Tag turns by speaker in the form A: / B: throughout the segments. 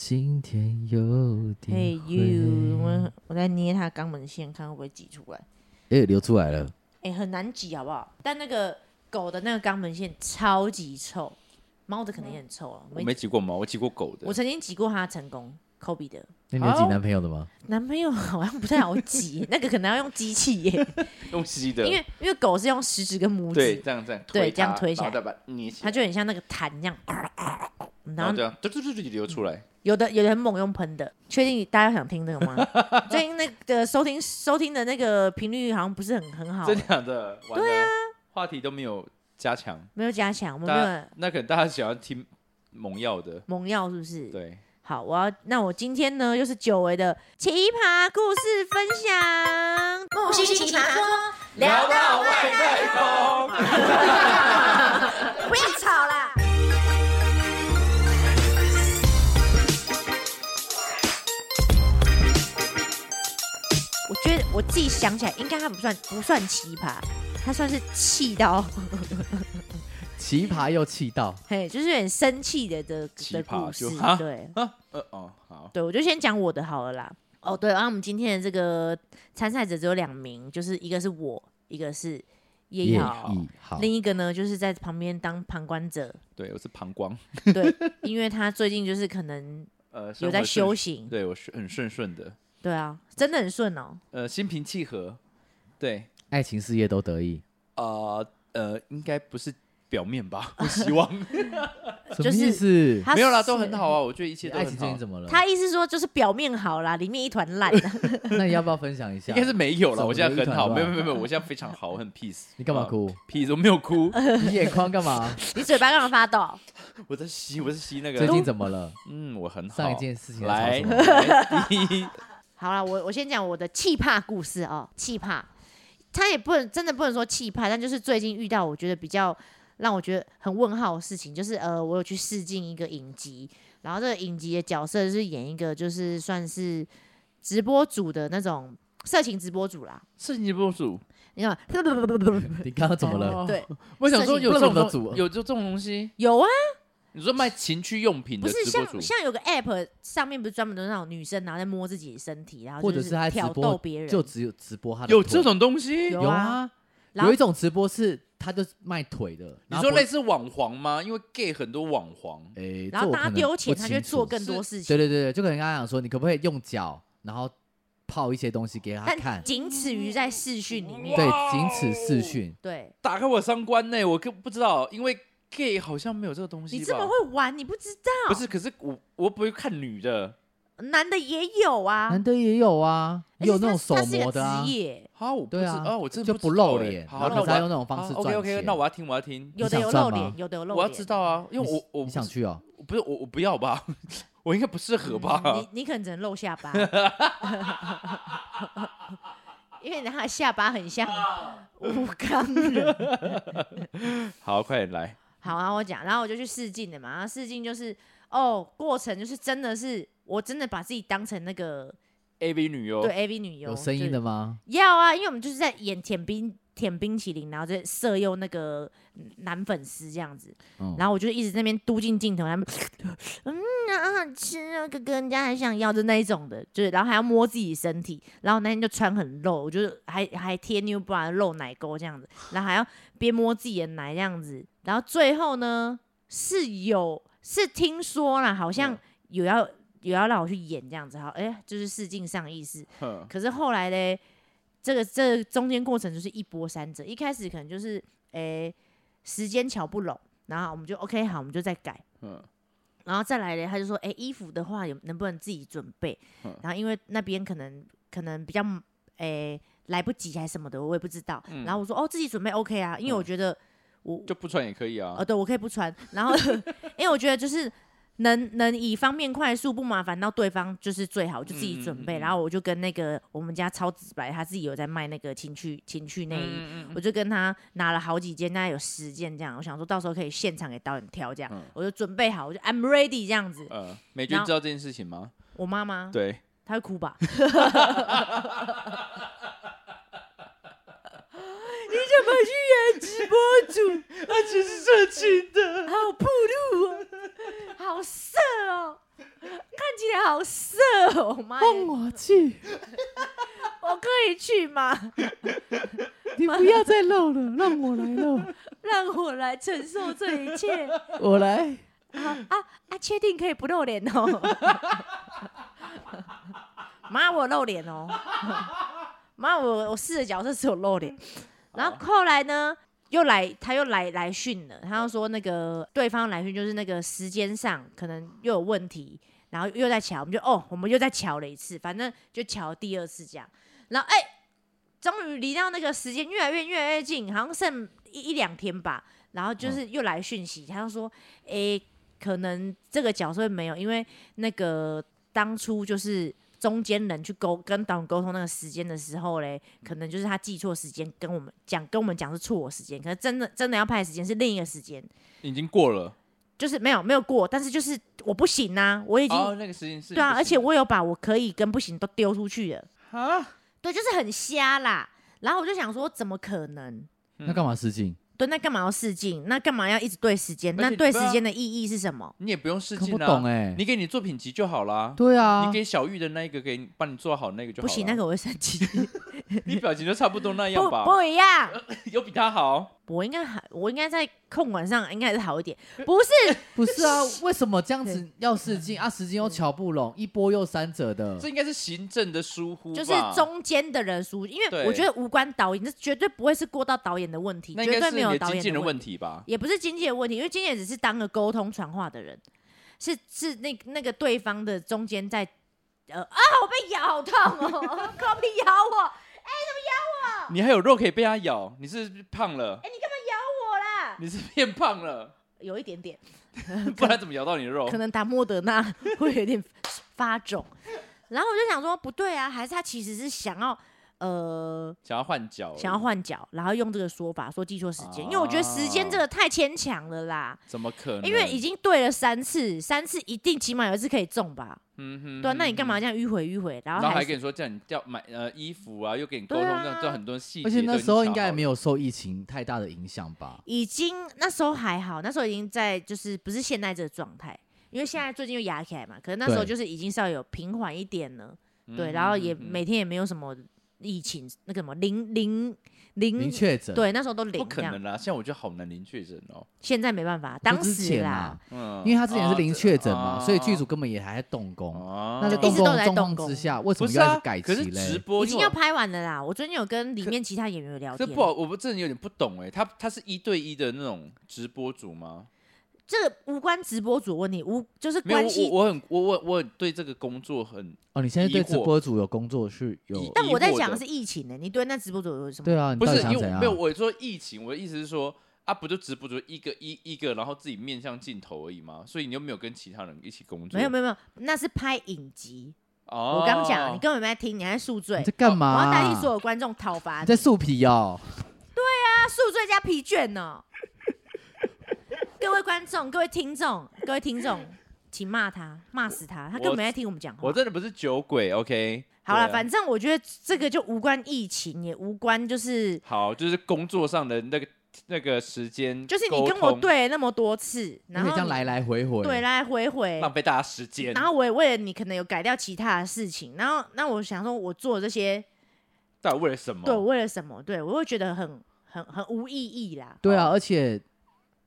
A: 今天有点
B: 嘿、you，我我在捏它肛门线，看会不会挤出来。
A: 哎、流出来了。
B: 哎、很难挤，好不好？但那个狗的那个肛门线超级臭，猫的可能也很臭啊。
C: 我没挤过猫，我挤过狗的
B: 我。曾经挤过它成功科比的
A: 那你有挤男朋友的吗？
B: 男朋友好像不太好挤， 那个可能要用机器耶，
C: 用吸的，
B: 因为因为狗是用食指跟拇
C: 啊对
B: 指，
C: 这样这样
B: 对
C: 它
B: 这样推起来
C: 然后再把它捏起来，
B: 它就很像那个痰 一样，然
C: 然后
B: 后
C: 这样嘟嘟嘟嘟流出来。
B: 有的有的很猛用喷的，确定大家想听这个吗？ 最近那个收听收听的那个频率好像不是很很嗯好
C: 真，假的？对啊，话题都没有加强，
B: 没有加强，我们
C: 大
B: 没
C: 家
B: 有
C: 那可能大家喜欢听猛药的，
B: 猛药是不是？
C: 对，
B: 好，我要那我今天呢又是久违的奇葩故事分享，木星奇葩说
C: 聊到外太空。
B: 不要吵啦。我觉得我自己想起来，应该他不算不算奇葩，他算是气到，
A: 奇葩又气到，
B: 嘿，就是有点生气的的
C: 奇
B: 的
C: 葩
B: 故事
C: 就哈。
B: 对
C: 啊 呃哦，好，
B: 对，我就先讲我的好了啦。哦，对，然、后我们今天的这个参赛者只有两名，就是一个是我，一个是叶一
A: 也
B: 豪，
A: 亦好。
B: 另一个呢就是在旁边当旁观者。
C: 对我是膀胱，
B: 对，因为他最近就是可能
C: 呃，
B: 有在
C: 生活
B: 修
C: 顺，
B: 行，
C: 对我是很顺顺的，
B: 对啊，真的很顺哦。
C: 呃，心平气和， 对，
A: 爱情事业都得意，
C: 啊呃，应该不是表 面吧，我希望
A: 什么
B: 就是
A: 意思？
B: 他
C: 没有啦，
B: 是
C: 都很好。啊，我觉得一切都
A: 爱情
C: 很
A: 最近
C: 好，
A: 怎么了？
B: 他意思说就是表面好啦，里面一团烂啊。
A: 那你要不要分享一下？
C: 应该是没有
A: 怎
C: 了，
A: 么
C: 我现
A: 一
C: 在很
A: 团
C: 好，没有
A: 乱
C: 没有没有，我现在非常好，我很 peace。
A: 你干嘛
C: 啊
A: 哭？
C: ？peace，我没有哭，
A: 哦你眼眶干 嘛？
B: 你嘴巴干嘛发抖？
C: 我在吸，我在吸那
A: 最
C: 个，
A: 近怎么了？
C: 嗯，我很好。
A: 上一件事情
C: 来，
A: 在吵什么
C: 来第一，
B: 好啦，我我先讲我的气怕故事哦，气怕。他也不能真的不能说气怕，但就是最近遇到我觉得比较让我觉得很问号的事情，就是呃，我有去试镜一个影集，然后这个影集的角色是演一个就是算是直播主的那种色情直播主啦。
C: 事情不主，
B: 你看，
A: 你刚刚怎么了？
C: 哦
B: 对，
C: 我想说有这种
A: 色情
C: 东有这种东西，
B: 有啊。
C: 你说卖情趣用品
B: 不
C: 的
B: 是
C: 直播主
B: 像，像有个 app 上面不是专门都是那种女生，然后在摸自己的身体，然后
A: 或者
B: 是
A: 他直
B: 挑逗
A: 播
B: 别人，
A: 就只有直播他的
C: 有
A: 腿
C: 这种东西？
B: 有
A: 有
B: 啊
A: 啊，
B: 然后
A: 有一种直播是他就是卖腿的，
C: 你
A: 然后
C: 说
A: 不哎
C: 类似网黄吗？因为 gay 很多网黄，
A: 诶，
B: 然后大家丢钱，他就会做更
C: 是
B: 多事
A: 对
B: 情，
A: 对对，就可能跟他讲说，你可不可以用脚，然后泡一些东西给他看
B: 但，哦仅此于在视讯里面，
A: 对，仅此视讯。
B: 对
C: 打开我三观呢，我更不知道，因为 gay 好像没有这个东西吧。
B: 你这么会玩，你不知
C: 不
B: 道，
C: 是，可是我我不会看女的
B: 男的也有啊，
A: 男的也有啊，也有那种手
B: 而且他
A: 模的
B: 他
A: 啊
B: 是一个职，业，
C: 啊，我不
A: 对
C: 知
A: 啊
C: 啊，我真的
A: 就
C: 不
A: 不
C: 知道
A: 露
C: 欸
A: 脸，然
C: 好，
A: 后
C: 那
A: 可
C: 我
A: 是他用那种方式
C: OK
A: 赚
C: OK，
A: 钱。
C: 那我要听，我要听，
B: 有的
A: 想
B: 有
A: 赚
B: 露
A: 吗
B: 脸，有的有露
C: 我
B: 脸，
C: 要知道啊，因为
A: 你
C: 我我
A: 你
C: 不
A: 想
C: 是
A: 去哦？
C: 我不是我我不要吧，我应该不适合吧？
B: 嗯你你可能只能露下巴，因为他的下巴很 像武康人。
C: 好，快点来，
B: 好啊，我讲，然后我就去试镜了嘛。然后试镜就是，哦，过程就是真的是，我真的把自己当成那个
C: AV 女优，
B: 对 AV 女优，
A: 有声音的
B: 就是
A: 吗？
B: 要啊，因为我们就是在演舔冰舔冰淇淋，然后就色诱那个男粉丝这样子。
A: 嗯，
B: 然后我就一直在那边 嘟进镜头，他们嗯啊，好好吃哦，哥哥，人家还想要的那一种的，就是然后还要摸自己身体，然后那天就穿很露，我就是还还贴 new bra 露奶沟这样子，然后还要边摸自己的奶这样子，然后最后呢是有是听说啦，好像
C: 嗯
B: 有要有要让我去演这样子，好，哎，就是试镜上意思，
C: 哼
B: 可是后来嘞，这个这个中间过程就是一波三折，一开始可能就是诶、时间瞧不拢，然后我们就 OK 好，我们就再改，
C: 哼
B: 然后再来嘞，他就说诶、衣服的话有能不能自己准备
C: 嗯？
B: 然后因为那边可能可能比较诶、来不及还是什么的，我也不知道。
C: 嗯
B: 然后我说哦自己准备 OK 啊，因为我
C: 嗯
B: 觉得我
C: 就不穿也可以啊
B: 呃，。对我可以不穿。然后， 因为我觉得就是能能以方便快速不麻烦到对方就是最好，就自己准备。
C: 嗯嗯嗯嗯
B: 然后我就跟那个我们家超直白，他自己有在卖那个情趣情趣内衣，
C: 嗯嗯嗯
B: 我就跟他拿了好几件，大概有十件这样。我想说到时候可以现场给导演挑这样，
C: 嗯
B: 我就准备好，我就 I'm ready 这样子。
C: 呃，美
B: 然
C: 军
B: 后
C: 知道这件事情吗？
B: 我妈妈
C: 对，
B: 她会哭 吧？ 你怎么去演直播主？
C: 而且是热情的，
B: 好暴露哦，好色哦，看起来好色哦，我妈耶，
A: 放我去，
B: 我可以去吗？
A: 你不要再漏了，让我来漏，
B: 让我来承受这一切。
A: 我来。
B: 啊啊啊！确定可以不露脸哦？ 妈，我露脸哦！妈，我我试的角色是有露脸。然后后来呢，又来他又来来讯了，他又说那个对方来讯就是那个时间上可能又有问题，然后又在瞧，我们就哦，我们又再瞧了一次，反正就瞧第二次这样。然后哎，终于离到那个时间越来越越来越近，好像剩一一两天吧。然后就是又来讯息，他就说诶、可能这个角色会没有，因为那个当初就是中间人去沟跟导演沟通那个时间的时候嘞，可能就是他记错时间，跟我们讲跟我们讲是错时间，可是真的真的要拍的时间是另一个时间，
C: 已经过了。
B: 就是没有没有过，但是就是我不行呐、我已经、
C: 哦，那个时间是
B: 对啊，而且我有把我可以跟不行都丢出去了，
C: 啊，
B: 对，就是很瞎啦。然后我就想说，怎么可能？
A: 那干嘛试镜？
B: 对，那干嘛要试镜？那干嘛要一直对时间？
C: 而且啊
B: 那
C: 你
B: 对
C: 不
B: 时
C: 要
B: 间的意义是什么？
C: 你也不用
B: 嗯
C: 试
A: 看
C: 镜
A: 不
C: 啊，
A: 懂哎。
C: 你给你作品集就好啦。
A: 对啊
C: 你，给小玉的那一个给你帮你做好那个就
B: 不
C: 好了。
B: 行，那个我会生气。
C: 你表情就差不多那样
B: 不
C: 吧，
B: 不一样，
C: 有比他好。
B: 我应该还我应该在控管上应该还是好一点，不是
A: 不是啊，为什么这样子要试镜啊？时间又瞧不拢，一波又三折的
C: 这。应该是行政的疏忽吧，
B: 就是中间的人输，因为
C: 对
B: 我觉得无关导演，这绝对不会是过到导演的问题，
C: 那
B: 绝对
C: 应该是
B: 没
C: 你
B: 有
C: 的
B: 导
C: 经纪
B: 演的
C: 人
B: 问
C: 问
B: 题，
C: 题吧？
B: 也不是经纪的问题，因为经纪人只是当个沟通传话的人，是是那那个对方的中间在呃啊，我被咬好痛 哦，靠你咬我，啊
C: 你还有肉可以被他咬，你是不是胖了，
B: 哎、你干嘛咬我啦？
C: 你是变胖了，
B: 有一点点。
C: 不然怎么咬到你的肉
B: 可？能打莫德纳会有点发肿。然后我就想说，不对啊，还是他其实是想要呃
C: 想要换脚，
B: 想要，换脚，然后用这个说法说记错时间，因为我觉得时
C: 啊
B: 间这个太牵强了啦，
C: 怎么可能？
B: 因为已经对了三次，三次一定起码有一次可以中吧？
C: 嗯哼，
B: 对啊，那你
C: 嗯
B: 干嘛
C: 哼？
B: 这样迂回迂回？然
C: 然
B: 后
C: 后还
B: 还
C: 跟
B: 是
C: 你说叫你要买呃衣服啊，又给你沟
B: 对
C: 通，
B: 啊
C: 这样这样很多细节。
A: 而且那时候应该也没
C: 有，
A: 有受疫情太大的影响吧？
B: 已经那时候还好，那时候已经在就是不是现在这个状态。因为现在最近又压起来嘛，可是那时候
A: 对
B: 就是已经稍微有平缓一点了。
C: 嗯
B: 对，然后也
C: 嗯嗯嗯
B: 每天也没有什么疫情，那个什么零零零，
A: 零确诊，
B: 对，那时候都
C: 不
B: 零这
C: 可
B: 样，
C: 能啦，像我就好难零确诊哦。
B: 现在没办法，
A: 说
B: 当
A: 之
B: 时
A: 前
B: 啦
A: 啊，，
C: 嗯
A: 因为他之前是零确诊
C: 啊
A: 嘛，所以剧组根本也还在动工。
C: 哦
A: 那在
B: 一
A: 动
B: 直
A: 工
B: 都在
A: 的状
B: 动
A: 况
B: 工
A: 之下，为什
C: 不
A: 么
C: 是
A: 要一
C: 啊
A: 直改
C: 可是
A: 期
C: 直
A: 嘞？
C: 播
B: 已经要
C: 因为
B: 拍完了啦。我昨天有跟里面其他演员聊
C: 我这
B: 天，
C: 不好，我不真的有点不懂哎，他他是一对一的那种直播主吗？
B: 这个无关直播主问题，无就是
C: 没有，
B: 关
C: 我
B: 系。
C: 我很我我我很对这个工作很
A: 哦，你现在对
C: 疑惑
A: 直播组有工作是有
C: 疑？
B: 但我在
C: 疑惑
B: 讲
C: 的
B: 的是疫情呢、你对那直播主有什么？
A: 对啊，你
C: 不
A: 到底
C: 是
A: 想
C: 因
A: 怎
C: 为
A: 样
C: 没有，我说疫情，我的意思是说啊，不就直播主一个一一个，然后自己面向镜头而已吗？所以你又没有跟其他人一起工作？
B: 没有没有没有，那是拍影集。
C: 啊哦，啊
B: 我刚讲，你根本没在听，你还在宿醉
A: 你在。干
B: 我
A: 嘛？啊
B: 要代替所有观众讨伐
A: 你
B: 你。
A: 在树皮哦，
B: 他宿醉加疲倦呢、 各位观众，各位听众，各位听众，请骂他，骂死他，他根本没在听我们讲话。
C: 我真的不是酒鬼，OK？
B: 好了，
C: 对啊
B: 反正我觉得这个就无关疫情，也无关就是
C: 好，就是工作上的那个那个时间，
B: 就是你跟我，对了那么多次，
A: 你
B: 然
A: 可以
B: 后
A: 这样
B: 你
A: 来来回回。
B: 对来来回回，
C: 浪费大家时间，
B: 然后我也为了你可能有改掉其他的事情，然后那我想说，我做这些，
C: 到底为了什么？
B: 对，我为了什么？对我会觉得很很很无意义啦。
A: 对啊，
C: 好
A: 而且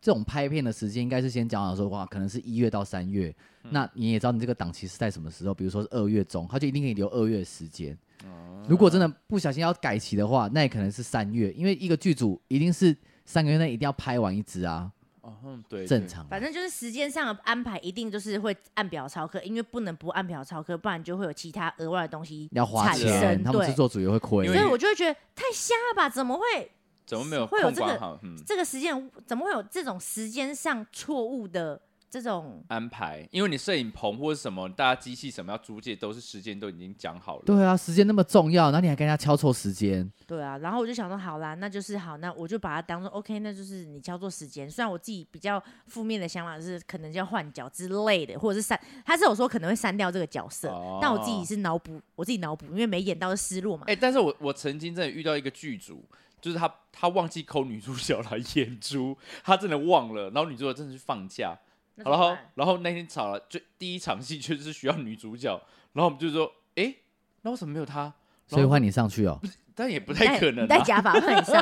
A: 这种拍片的时间应该是先讲好说，哇，可能是一月到三月。
C: 嗯
A: 那你也知道你这个档期是在什么时候，比如说是二月中，他就一定给你留二月的时间。
C: 哦
A: 如果真的不小心要改期的话，那也可能是三月，因为一个剧组一定是三个月内一定要拍完一支啊，
C: 哦，嗯，对，
A: 正常啊。
B: 反正就是时间上的安排，一定就是会按表操课，因为不能不按表操课，不然就会有其他额外的东西
A: 要花
B: 产生
A: 钱，他们制
B: 对，
A: 作组也会亏
C: 因
B: 所
C: 为。
B: 以我就会觉得太瞎了吧？怎么会
C: 对，怎么没有
B: 会有
C: 控
B: 这个
C: 管好？嗯，
B: 这个时间怎么会有这种时间上错误的这种？
C: 安排，因为你摄影棚或者什么，大家机器什么要租借，都是时间都已经讲好了。
A: 对啊，时间那么重要，然后你还跟人家敲错时间，
B: 对啊，然后我就想说，好啦，那就是好，那我就把它当做 OK，那就是你叫做时间。虽然我自己比较负面的想法是，可能要换角之类的，或者是删，他是有说可能会删掉这个角色，
C: 哦
B: 但我自己是脑补，我自己脑补，因为没演到就失落嘛。
C: 哎、但是我我曾经真的遇到一个剧组，就是他他忘记抠女主角来演出，他真的忘了，然后女主角真的去放假，
B: 那怎
C: 好然
B: 么
C: 后
B: 办
C: 然后那天吵了，最第一场戏就是需要女主角，然后我们就说，诶，那为什么没有她？
A: 所以换你上去哦。
C: 但也不
B: 你戴
C: 太可能、
B: 你戴
C: 啊。
B: 假发换以 上，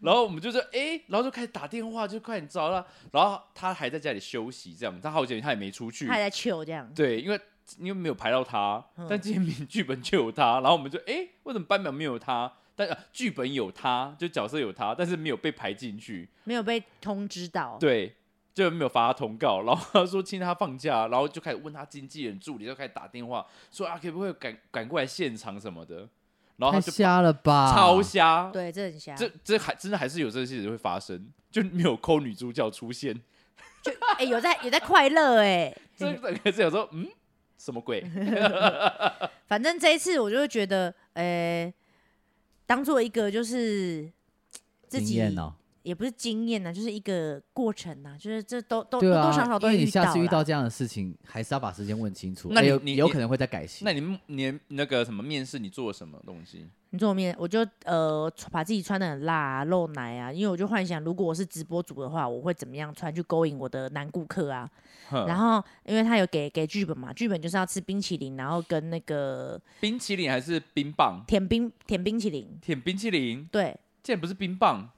C: 然后我们就说，诶，然后就开始打电话，就快点找她。然后她还在家里休息，这样，她好久她也没出去
B: 他。还在 chill 这样。
C: 对，因为因为没有排到她，
B: 嗯
C: 但今天明剧本就有她。然后我们就，诶，为什么班表没有她？但、呃剧本有她，就角色有她，但是没有被排进去。
B: 没有被通知到。
C: 对，就没有发通告，然后他说请他放假，然后就开始问他经纪人助理，就开始打电话说啊，可不可以赶赶过来现场什么的，然后
A: 太
C: 他就
A: 瞎了吧！
C: 超瞎，
B: 对，这很瞎。
C: 这这还真的还是有这些人会发生，就没有抠女主角出现，
B: 哎、有在有在快乐哎、
C: 这整个是有时候嗯什么 鬼，
B: 反正这一次我就会觉得，呃、当做一个就是自
A: 经
B: 己、
A: 验哦，
B: 也不是经验呐、就是一个过程呐、就是这都都、
A: 对
B: 哦多
A: 啊，
B: 多少少都
A: 因
B: 会
A: 为你下次遇
B: 啦
A: 到这样的事情，还是要把时间问清楚。
C: 那你
A: 哎有
C: 你
A: 有
C: 你
A: 可能会再改行
C: 那。你你那个什么面试你做了什么东西？
B: 你做我面，我就呃把自己穿的很辣、啊、露奶啊，因为我就幻想如果我是直播主的话，我会怎么样穿去勾引我的男顾客啊。
C: 哼
B: 然后因为他有给给剧本嘛，剧本就是要吃冰淇淋，然后跟那个
C: 冰淇淋还是冰棒？
B: 舔冰舔冰淇淋，
C: 舔冰淇淋，
B: 对，
C: 竟然不是冰棒，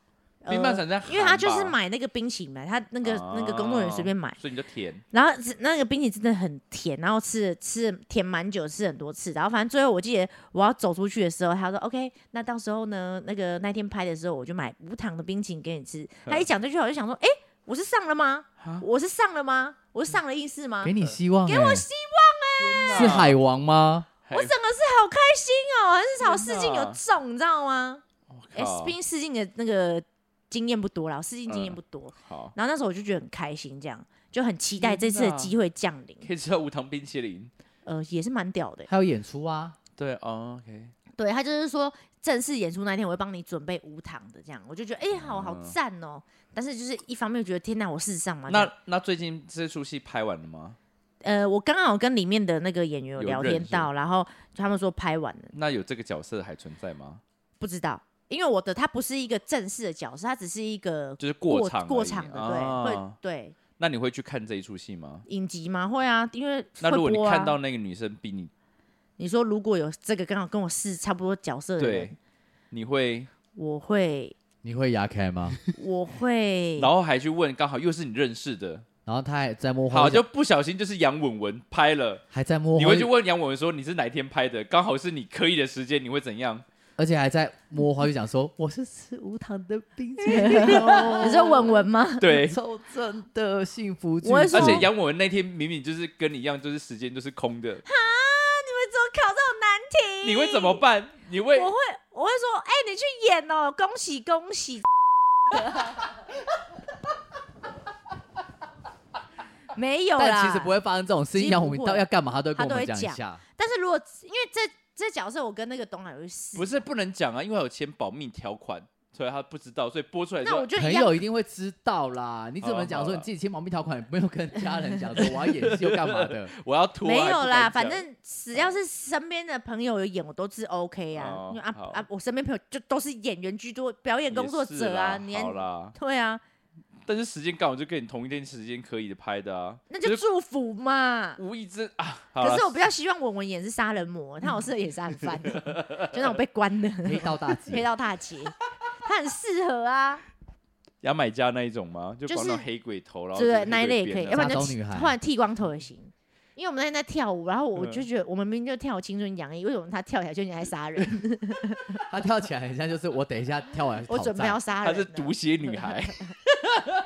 B: 呃
C: 冰棒才在喊吧、
B: 因为他就是买那个冰淇淋嘛，他那个、那个工作人员随便买
C: 啊，所以你就舔。
B: 然后只那个冰淇淋真的很甜，然后吃了吃了甜蛮久，吃很多次，然后反正最后我记得我要走出去的时候，他说 OK，那到时候呢，那个那天拍的时候我就买无糖的冰淇淋给你吃。
C: 嗯
B: 他一讲这句话，我就想说，哎、我是上了吗？
C: 啊
B: 我是上了吗？我是上了意思吗？
A: 给你希望、欸，
B: 给我希
C: 天哪
A: 是海王吗？
C: 哎
B: 我整个是好开心哦，很少试镜有中，你知道吗？
C: 我
B: 哎、
C: 靠
B: 毕竟试镜的那个经验不多啦，我试镜经验
C: 嗯
B: 不多。
C: 好，
B: 然后那时候我就觉得很开心，这样就很期待这
C: 天
B: 次的
C: 哪
B: 机会降临。
C: 可以吃到无糖冰淇淋。
B: 呃，也是蛮屌的欸。
A: 还有演出啊，
C: 对，哦，OK，
B: 对他就是说，正式演出那天我会帮你准备无糖的，这样我就觉得哎、好好
C: 嗯
B: 赞哦、但是就是一方面觉得天哪，我事实上嘛，
C: 那那最近这出戏拍完了吗？
B: 呃，我刚好跟里面的那个演员有
C: 有
B: 聊
C: 认
B: 天
C: 识
B: 到，然后他们说拍完了，
C: 那有这个角色还存在吗？
B: 不知道，因为我的他不是一个正式的角色，他只是一个
C: 就是
B: 过
C: 场
B: 过
C: 过
B: 场的，对，会
C: 啊。
B: 对
C: 那你会去看这一出戏吗？
B: 影集嘛，会啊，因为
C: 那
B: 会
C: 如果你
B: 播
C: 看
B: 啊
C: 到那个女生比你
B: 你说如果有这个刚好跟我是差不多角色的
C: 对
B: 人，，
C: 你会，
B: 我会
A: 你会牙开 吗？
B: 我会
C: 然后还去问，刚好又是你认识的，
A: 然后他还在幕后
C: 好，
A: 想，
C: 就不小心就是杨文文拍了，
A: 还在幕后，
C: 你会去问杨文文说你是哪一天拍的，刚好是你可以的时间，你会 怎样？
A: 而且还在摸花就讲说我是吃无糖的冰淇淋哦，
B: 你说文文吗？
C: 对，
A: 抽真的幸福剧，
B: 我会说
C: 而且杨文文那天明明就是跟你一样，就是时间就是空的，
B: 你怎么考这种难题？
C: 你会怎么？办？你会
B: 我会，我会说，哎、你去演哦，恭喜恭喜。 没有啦，
A: 但其实不会发生这种事
B: 其
A: 情。
B: 实
A: 杨
B: 不
A: 红明
B: 会
A: 到底要干嘛，他都会
B: 他
A: 跟我
B: 都
A: 们
B: 会
A: 讲一
B: 讲
A: 下。
B: 但是如果因为这这角色，我跟那个董海瑞是，
C: 不是不能讲啊，因为有签保密条款，所以他不知道，所以播出来
B: 那我
C: 说
B: 就一
A: 朋
B: 样
A: 友一定会知道啦，你怎么讲
C: 好
A: 说
C: 啦
A: 你自己签保密条款，没有跟家人讲说我要演戏又干嘛 的？
C: 我要拖啊，
B: 没有啦，
C: 还
B: 反
C: 不敢讲
B: 正只要是身边的朋友有演，我都是 OK 啊。
C: 哦
B: 因为啊
C: 好
B: 啊，我身边朋友就都是演员居多，表演工作
C: 也是
B: 者
C: 啦
B: 啊，你还
C: 好啦，
B: 对啊，
C: 但是时间刚好就跟你同一天时间可以的拍的啊，
B: 那就是祝福嘛。
C: 无意之啊，好啦
B: 可是我比较希望文文演是杀人魔，他好适合演杀人犯哦，就那种被关的
A: 黑道大
B: 黑
A: 姐，
B: 道大姐，他很适合啊，
C: 牙买加那一种吗？就
B: 就是
C: 绑到黑鬼头，然
B: 对不对？
C: 后就是
B: 那一类也
C: 黑
B: 可以，
C: 鬼
B: 要
C: 辫
B: 不然
C: 啊
B: 就
A: 杀手
B: 剃
A: 女孩
B: 换剃光头也行。因为我们那天在跳舞，然后我
C: 嗯
B: 就觉得我们明明就跳青春洋溢，为什么他跳起来就你在杀人？
A: 她跳起来很像就是我等一下跳完
B: 我
A: 讨
B: 准备
A: 债
B: 要杀
C: 她
B: 人，
C: 是毒，血女孩，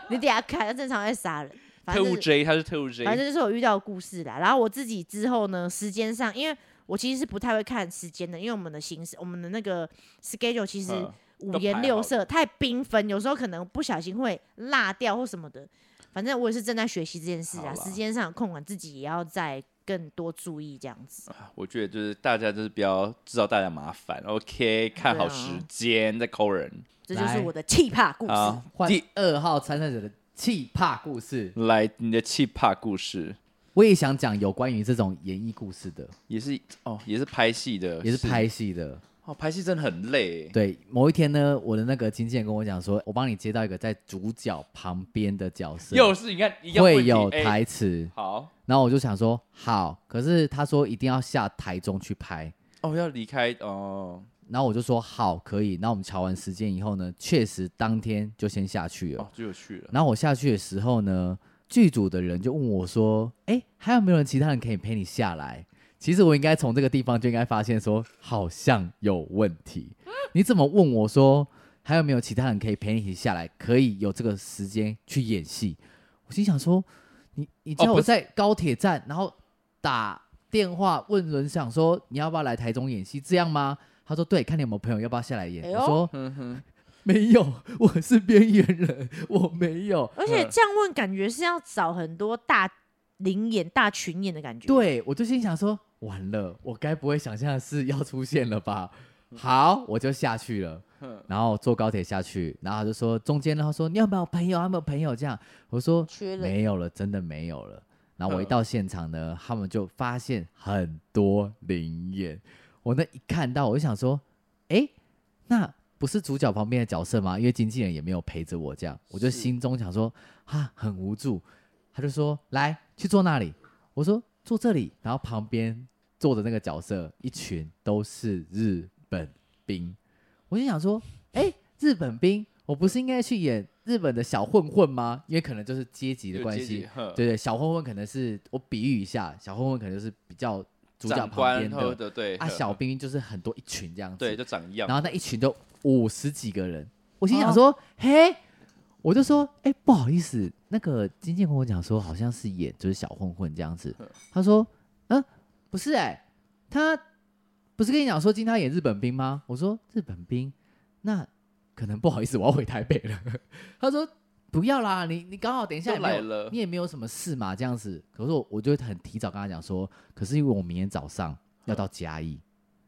B: 你等一下看，他正常在杀人， 反
C: 特
B: 正
C: 务
B: 就是
C: J，她是特务 J，
B: 反正就是我遇到的故事啦。然后我自己之后呢，时间上，因为我其实是不太会看时间的，因为我们的行事，我们的那个 schedule 其实
C: 嗯
B: 五
C: 都
B: 颜
C: 排
B: 六
C: 好
B: 色，太缤纷，有时候可能不小心会落掉或什么的。反正我也是正在学习这件事啊，
C: 好啦
B: 时间上的控管自己也要再更多注意这样子。
C: 我觉得就是大家就是不要制造大家麻烦，OK，看好
B: 对啊
C: 时间再抠人。
B: 这就是
A: 来
B: 我的气怕故事
C: 好。，
A: 换
C: 第
A: 二号参赛者的气怕故事。
C: 来你的气怕故事。
A: 我也想讲有关于这种演艺故事的，
C: 也是哦，也是拍戏的，
A: 也是拍戏的。
C: 哦，拍戏真的很累欸。
A: 对，某一天呢，我的那个经纪人跟我讲说，我帮你接到一个在主角旁边的角色，
C: 又是你看一样
A: 会
C: 问题
A: 有
C: 哎
A: 台词，
C: 好
A: 然后我就想说好，可是他说一定要下台中去拍，
C: 哦，要离开哦
A: 然后我就说好可以，那我们瞧完时间以后呢，确实当天就先下去了。
C: 哦，就有去了。
A: 然后我下去的时候呢，剧组的人就问我说：“哎，还有没有人其他人可以陪你下来？”其实我应该从这个地方就应该发现说，好像有问题。你怎么问我说还有没有其他人可以陪你一起下来，可以有这个时间去演戏？我心想说，你你叫
C: 哦不
A: 我
C: 是
A: 在高铁站，然后打电话问人想说你要不要来台中演戏，这样吗？他说对，看你有没有朋友要不要下来演。
B: 哎呦
A: 我说
C: 嗯哼，
A: 没有，我是边缘人，我没有。
B: 而
C: 嗯
B: 且这样问，感觉是要找很多大灵演、大群演的感觉。，
A: 对，我就心想说，完了，我该不会想象的事要出现了吧？好，我就下去了，
C: 哼
A: 然后坐高铁下去，然后他就说中间呢，他说你有没有朋友，有没有朋友这样，我说
B: 缺人
A: 没有了，真的没有了。然后我一
C: 嗯
A: 到现场呢，他们就发现很多灵眼，我那一看到我就想说，诶，那不是主角旁边的角色吗？因为经纪人也没有陪着我，这样我就是心中想说啊，很无助。他就说来去坐那里，我说坐这里，然后旁边坐的那个角色一群都是日本兵，我就想说，诶，日本兵，我不是应该去演日本的小混混吗？因为可能就是阶级的
C: 有
A: 关
C: 阶级
A: 系，，
C: 哼
A: 对对，小混混可能是我比喻一下，小混混可能就是比较主角
C: 长
A: 旁边
C: 官或
A: 的，
C: 者对
A: 啊，
C: 呵
A: 小兵就是很多一群这样子，
C: 对就长一样哦
A: 然。后那一群就五十几个人，我心想说，嘿，我就说，哎、不好意思，那个金建跟我讲说，好像是演就是小混混这样子
C: 嗯。
A: 他说，嗯、不是哎、他不是跟你讲说今天要演日本兵吗？我说日本兵，那可能不好意思，我要回台北了。 他说不要啦，你你刚好等一下也
C: 都
A: 没有
C: 来了
A: 你也没有什么事嘛，这样子。可是我我就很提早跟他讲说，可是因为我明天早上要到嘉义。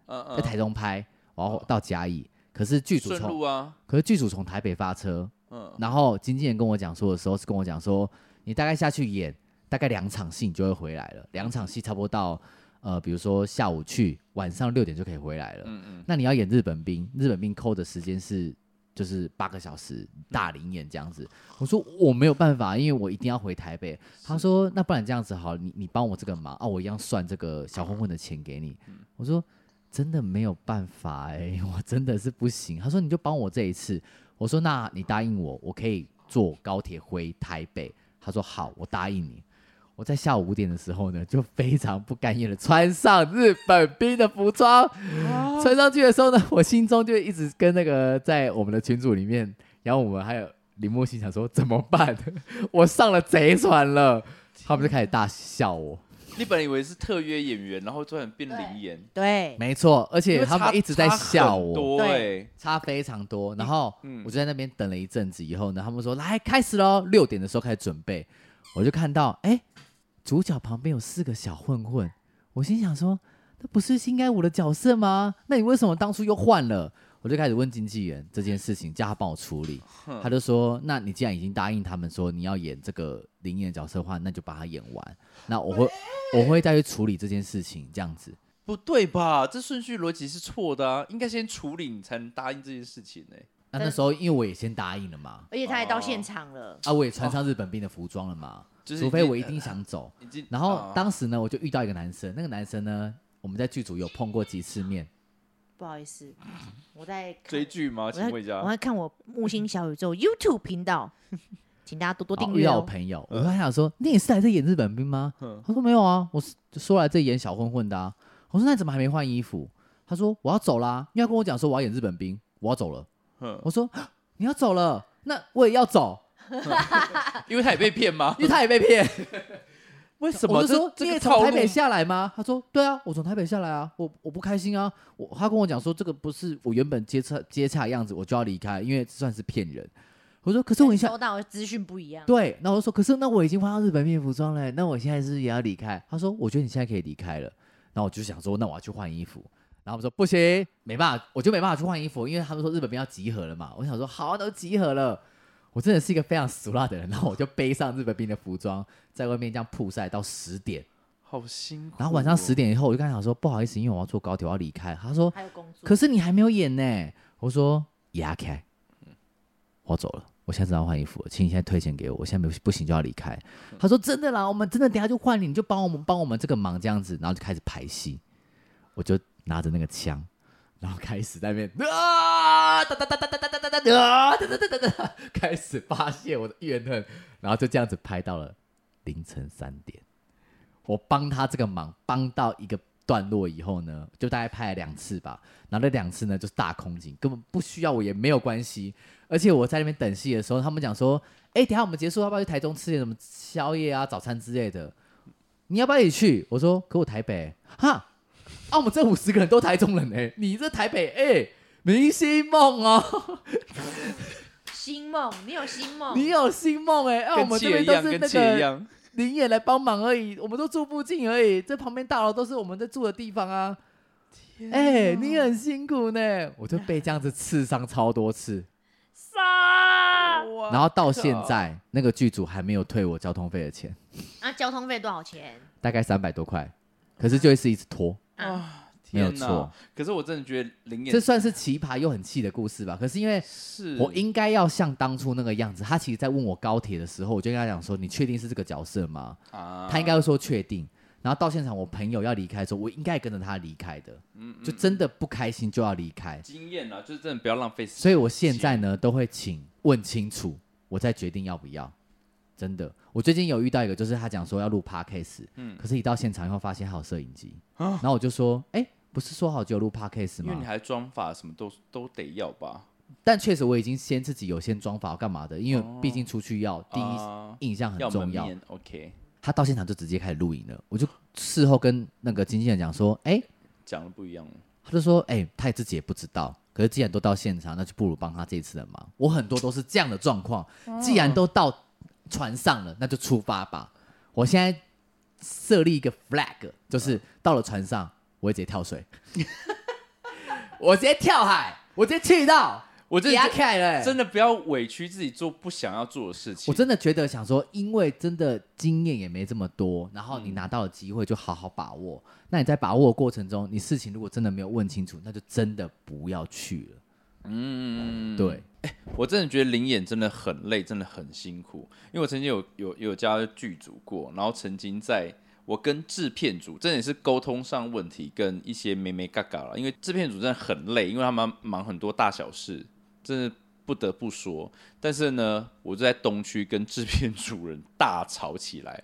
C: 嗯
A: 在台中拍，然后到嘉义。可是剧组
C: 顺
A: 从
C: 路啊，
A: 可是剧组从台北发车，
C: 嗯，
A: 然后经纪人跟我讲说的时候是跟我讲说，你大概下去演大概两场戏，你就会回来了。两场戏差不多到呃，比如说下午去，晚上六点就可以回来了。
C: 嗯嗯，
A: 那你要演日本兵，日本兵扣的时间是就是八个小时，大龄演这样子。我说我没有办法，因为我一定要回台北。他说那不然这样子好，你你帮我这个忙啊，我一样算这个小混混的钱给你。我说真的没有办法哎、 我真的是不行。他说你就帮我这一次。我说那你答应我，我可以坐高铁回台北。他说好，我答应你。我在下午五点的时候呢，就非常不甘愿的穿上日本兵的服装，
C: 哦
A: 穿上去的时候呢，我心中就一直跟那个在我们的群组里面，然后我们还有林默心想说怎么办？ 我上了贼船 了，他们就开始大笑我。
C: 你本来以为是特约演员，然后突然变灵演，
B: 对，
A: 没错，而
C: 因
A: 且
C: 为
A: 他
C: 差
A: 们一直在
C: 差
A: 笑
C: 很
A: 我，
C: 多
B: 对
C: 哎，
A: 差非常多。然后
C: 嗯
A: 我就在那边等了一阵子以后呢，他们说来开始喽，六点的时候开始准备，我就看到哎，主角旁边有四个小混混，我心想说那不是应该我的角色吗？那你为什么当初又换了？我就开始问经纪人这件事情，叫他帮我处理。他就说：“那你既然已经答应他们说你要演这个灵验的角色的话，那就把它演完。那我会我会再去处理这件事情，这样子。
C: 不对吧？这顺序逻辑是错的啊，应该先处理你才能答应这件事情呢。欸
A: 那
B: 但
A: 那时候因为我也先答应了嘛，
B: 而且他也到
C: 哦
B: 现场了。
A: 啊，我也穿上日本兵的服装了嘛，
C: 就是
A: 除
C: 已
A: 非
C: 经
A: 我一定想走。
C: 已经
A: 然后
C: 啊
A: 当时呢，我就遇到一个男生，那个男生呢，我们在剧组有碰过几次面，
B: 不好意 思，我在看
C: 追剧吗？
B: 我
C: 请
B: 在
C: 问一
B: 我
C: 下，
B: 在看我木星小宇宙 YouTube 频道， 请大家多多
A: 好
B: 订
A: 遇
B: 阅
A: 到我
B: 哦。
A: 朋友，我跟他讲说：“你也是来这演日本兵吗？”
C: 嗯
A: 他说：“没有啊，我是就说来这演小混混的啊。”我说：“那你怎么还没换衣服？”他说：“我要走啦，因为他跟我讲说我要演日本兵，我要走了。”
C: 嗯，
A: 我说啊你要走了，那我也要走，
C: 因为他也被骗吗
A: 因？为他也被骗。
C: 为什么？
A: 我就
C: 这
A: 说
C: 这
A: 你
C: 个
A: 也
C: 套
A: 从
C: 路
A: 台北下来吗？他说对啊，我从台北下来啊，我我不开心啊。我他跟我讲说这个不是我原本接洽接洽的样子，我就要离开，因为算是骗人。我说可是我一下
B: 收到的资讯不一样，
A: 对，那我就说可是那我已经换到日本面服装了，那我现在是不是也要离开？他说我觉得你现在可以离开了。那我就想说那我要去换衣服。然后我们说不行，没办法，我就没办法去换衣服，因为他们说日本兵要集合了嘛。我想说好，啊都集合了。我真的是一个非常俗辣的人，然后我就背上日本兵的服装，在外面这样曝晒到十点，
C: 好辛苦哦。
A: 然后晚上十点以后，我就跟他讲说，不好意思，因为我要坐高铁，我要离开。他说，
B: 还有工作，
A: 可是你还没有演呢。我说，牙开，我要走了，我现在正要换衣服了，请你现在退钱给我，我现在没不行就要离开。他说真的啦，我们真的等一下就换你，你就帮我们帮我们这个忙这样子，然后就开始排戏，我就拿着那个枪。然后开始在那边啊哒哒哒哒哒哒哒哒哒啊哒哒哒哒哒，开始发泄我的怨恨，然后就这样子拍到了凌晨三点。我帮他这个忙，帮到一个段落以后呢，就大概拍了两次吧。然后那两次呢，就是大空景，根本不需要我也没有关系。而且我在那边等戏的时候，他们讲说：“哎，等一下我们结束，要不要去台中吃点什么宵夜啊、早餐之类的？你要不要一起去？”我说：“可我台北哈，啊，我们这五十个人都台中人哎、你这台北哎、明星梦 哦，
B: 星梦，你有星梦，
A: 你有星梦哎、啊，我
C: 跟
A: 们这
C: 切
A: 边
C: 一
A: 都
C: 样，
A: 是
C: 跟
A: 那
C: 切
A: 个
C: 一样，
A: 林也来帮忙而已，我们都住附近而已，这旁边大楼都是我们在住的地方啊。哎、你很辛苦呢，我就被这样子刺伤超多次，
B: 傻。
C: 哦
A: 然后到现在那个剧组还没有退我交通费的钱，
B: 那交通费多少钱？
A: 大概三百多块，可是就一直一直拖，
C: 啊，
A: 没有
C: 天哪
A: 错。
C: 可是我真的觉得灵眼
A: 这算是奇葩又很气的故事吧？可是因为
C: 是
A: 我应该要像当初那个样子，他其实在问我高铁的时候，我就跟他讲说：“你确定是这个角色吗？”
C: 啊，
A: 他应该会说确定。然后到现场，我朋友要离开的时候，我应该也跟着他离开的，就真的不开心就要离开。
C: 经验啊，就是真的不要浪费时间。
A: 所以我现在呢，都会请问清楚，我再决定要不要。真的，我最近有遇到一个，就是他讲说要录 podcast，
C: 嗯
A: 可是一到现场以后发现他有摄影机，
C: 啊
A: 然后我就说，哎、不是说好只有录 podcast
C: 因为
A: 吗
C: 你？还妆发什么都都得要吧？
A: 但确实我已经先自己有先装法干嘛的，因为
C: 哦
A: 毕竟出去要第
C: 啊
A: 一印象很
C: 要门
A: 重要。
C: 面，OK，
A: 他到现场就直接开始录影了，我就事后跟那个经纪人讲说，哎、
C: 讲的不一样了。
A: 他就说：“哎、他也自己也不知道。可是既然都到现场，那就不如帮他这一次的忙。我很多都是这样的状况，既然都到船上了，那就出发吧。我现在设立一个 flag，就是到了船上，我会直接跳水， 我直接跳海，我直接气到
C: 我真的
A: 牙
C: 觉
A: 开了、欸
C: 真的不要委屈自己做不想要做的事情。
A: 我真的觉得想说，因为真的经验也没这么多，然后你拿到了机会就好好把握。那你在把握的过程中，你事情如果真的没有问清楚，那就真的不要去了。
C: 嗯，
A: 对，
C: 我真的觉得灵演真的很累，真的很辛苦。因为我曾经有有有加剧组过，然后曾经在我跟制片组，真的也是沟通上问题跟一些没没嘎嘎了。因为制片组真的很累，因为他们忙很多大小事，真的不得不说。但是呢，我就在东区跟制片主人大吵起来，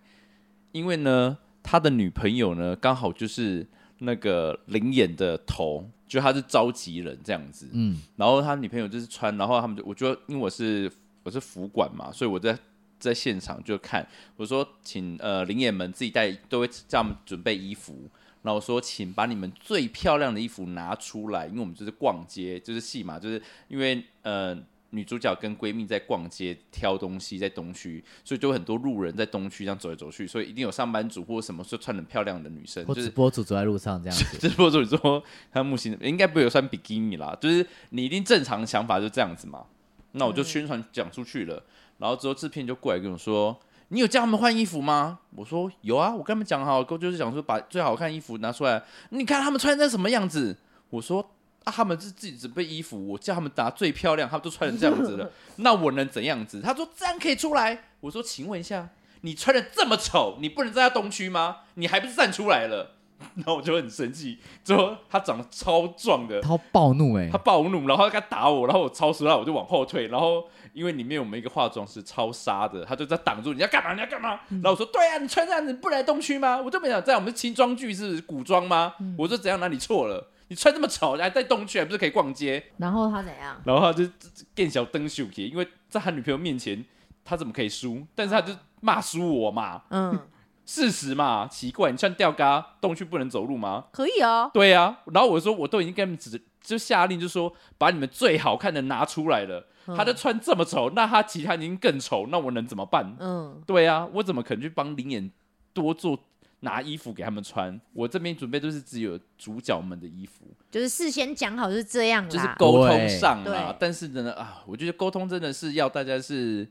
C: 因为呢，他的女朋友呢刚好就是那个灵眼的头，就他是召集人这样子，
A: 嗯，
C: 然后他女朋友就是穿，然后他们就我就因为我是我是服管嘛，所以我在在现场就看，我说请呃灵眼们自己带，都会叫他们准备衣服。然后我说，请把你们最漂亮的衣服拿出来，因为我们就是逛街，就是戏嘛，就是因为呃女主角跟闺蜜在逛街挑东西，在东区，所以就有很多路人在东区这样走来走去，所以一定有上班族或什么，就穿得很漂亮的女生，
A: 嗯或
C: 就是
A: 直播主走在路上这样 子，
C: 直播主说他木星应该不会有穿比基尼啦，就是你一定正常想法就这样子嘛。那我就宣传讲出去了，然后之后制片就过来跟我说：“你有叫他们换衣服吗？”我说：“有啊，我跟他们讲好，就是讲说把最好看衣服拿出来，你看他们穿成什么样子。”我说：“啊，他们是自己准备衣服，我叫他们拿最漂亮，他们都穿成这样子了，那我能怎样子？”他说：“这样可以出来。”我说：“请问一下，你穿的这么丑，你不能在他东区吗？你还不是站出来了？” 然后我就很生气，最后他长得超壮的，
A: 他暴怒哎、
C: 他暴怒，然后他打我，然后我超时了，我就往后退，然后因为里面我们一个化妆师超杀的，他就在挡住你要干嘛，你要干嘛？然后我说对啊，你穿这样子不来东区吗？我就没想在我们是轻装剧是古装吗？我说怎样哪里错了？你穿这么丑，还在东区还不是可以逛街？
B: 然后他怎样？
C: 然后他就变小灯秀气，因为在他女朋友面前他怎么可以输？但是他就骂输我嘛，
B: 嗯，
C: 事实嘛，奇怪，你穿吊嘎东区不能走路吗？
B: 可以 哦。
C: 对啊，然后我说我都已经跟他们指就下令，就说把你们最好看的拿出来了。
B: 嗯
C: 他都穿这么丑，那他其他已经更丑，那我能怎么办？
B: 嗯，
C: 对啊，我怎么可能去帮林演多做拿衣服给他们穿？我这边准备都是只有主角们的衣服，
B: 就是事先讲好是这样啦。
C: 就是沟通
A: 对
C: 上
B: 对
C: 啊啦。但是真的啊，我觉得沟通真的是要大家是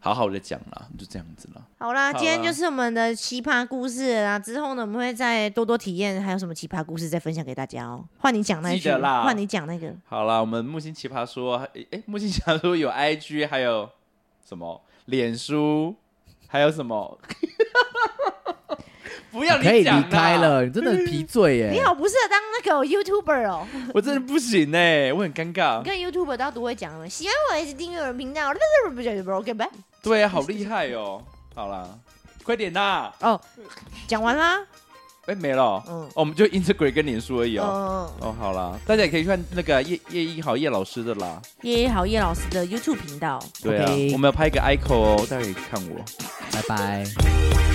C: 好好的讲啦，就这样子啦。
B: 好啦，
C: 好
B: 今天
C: 啦
B: 就是我们的奇葩故事啦。之后呢，我们会再多多体验，还有什么奇葩故事再分享给大家哦。换你讲那一
C: 记
B: 句，
C: 得啦
B: 换你讲那个。
C: 好啦，我们木星奇葩说，诶，诶木星奇葩说有 IG，还有什么脸书，还有什么？ 不要
A: 你可以
C: 你讲
A: 离
C: 啦
A: 开，了，你真的很皮醉欸耶、
B: 你好，不适合当那个哦 YouTuber 哦，
C: 我真的不行哎、我很尴
B: 你
C: 尬。
B: 跟 YouTuber 都要多会讲了。喜欢我也是订阅我的频道，不不不 OK 吧？
C: 对啊，好厉害哦。好啦，快点啦！
B: 哦，讲完啦。
C: 诶，没了。
B: 嗯
C: 哦，我们就 Instagram 跟脸书而已哦。
B: 嗯，
C: 哦，好啦，大家也可以看那个叶叶一豪叶老师的啦。
B: 叶好叶老师的 YouTube 频道。
C: 对啊
A: OK
C: 我们要拍一个 ICO 哦，大家可以看我。
A: 拜拜。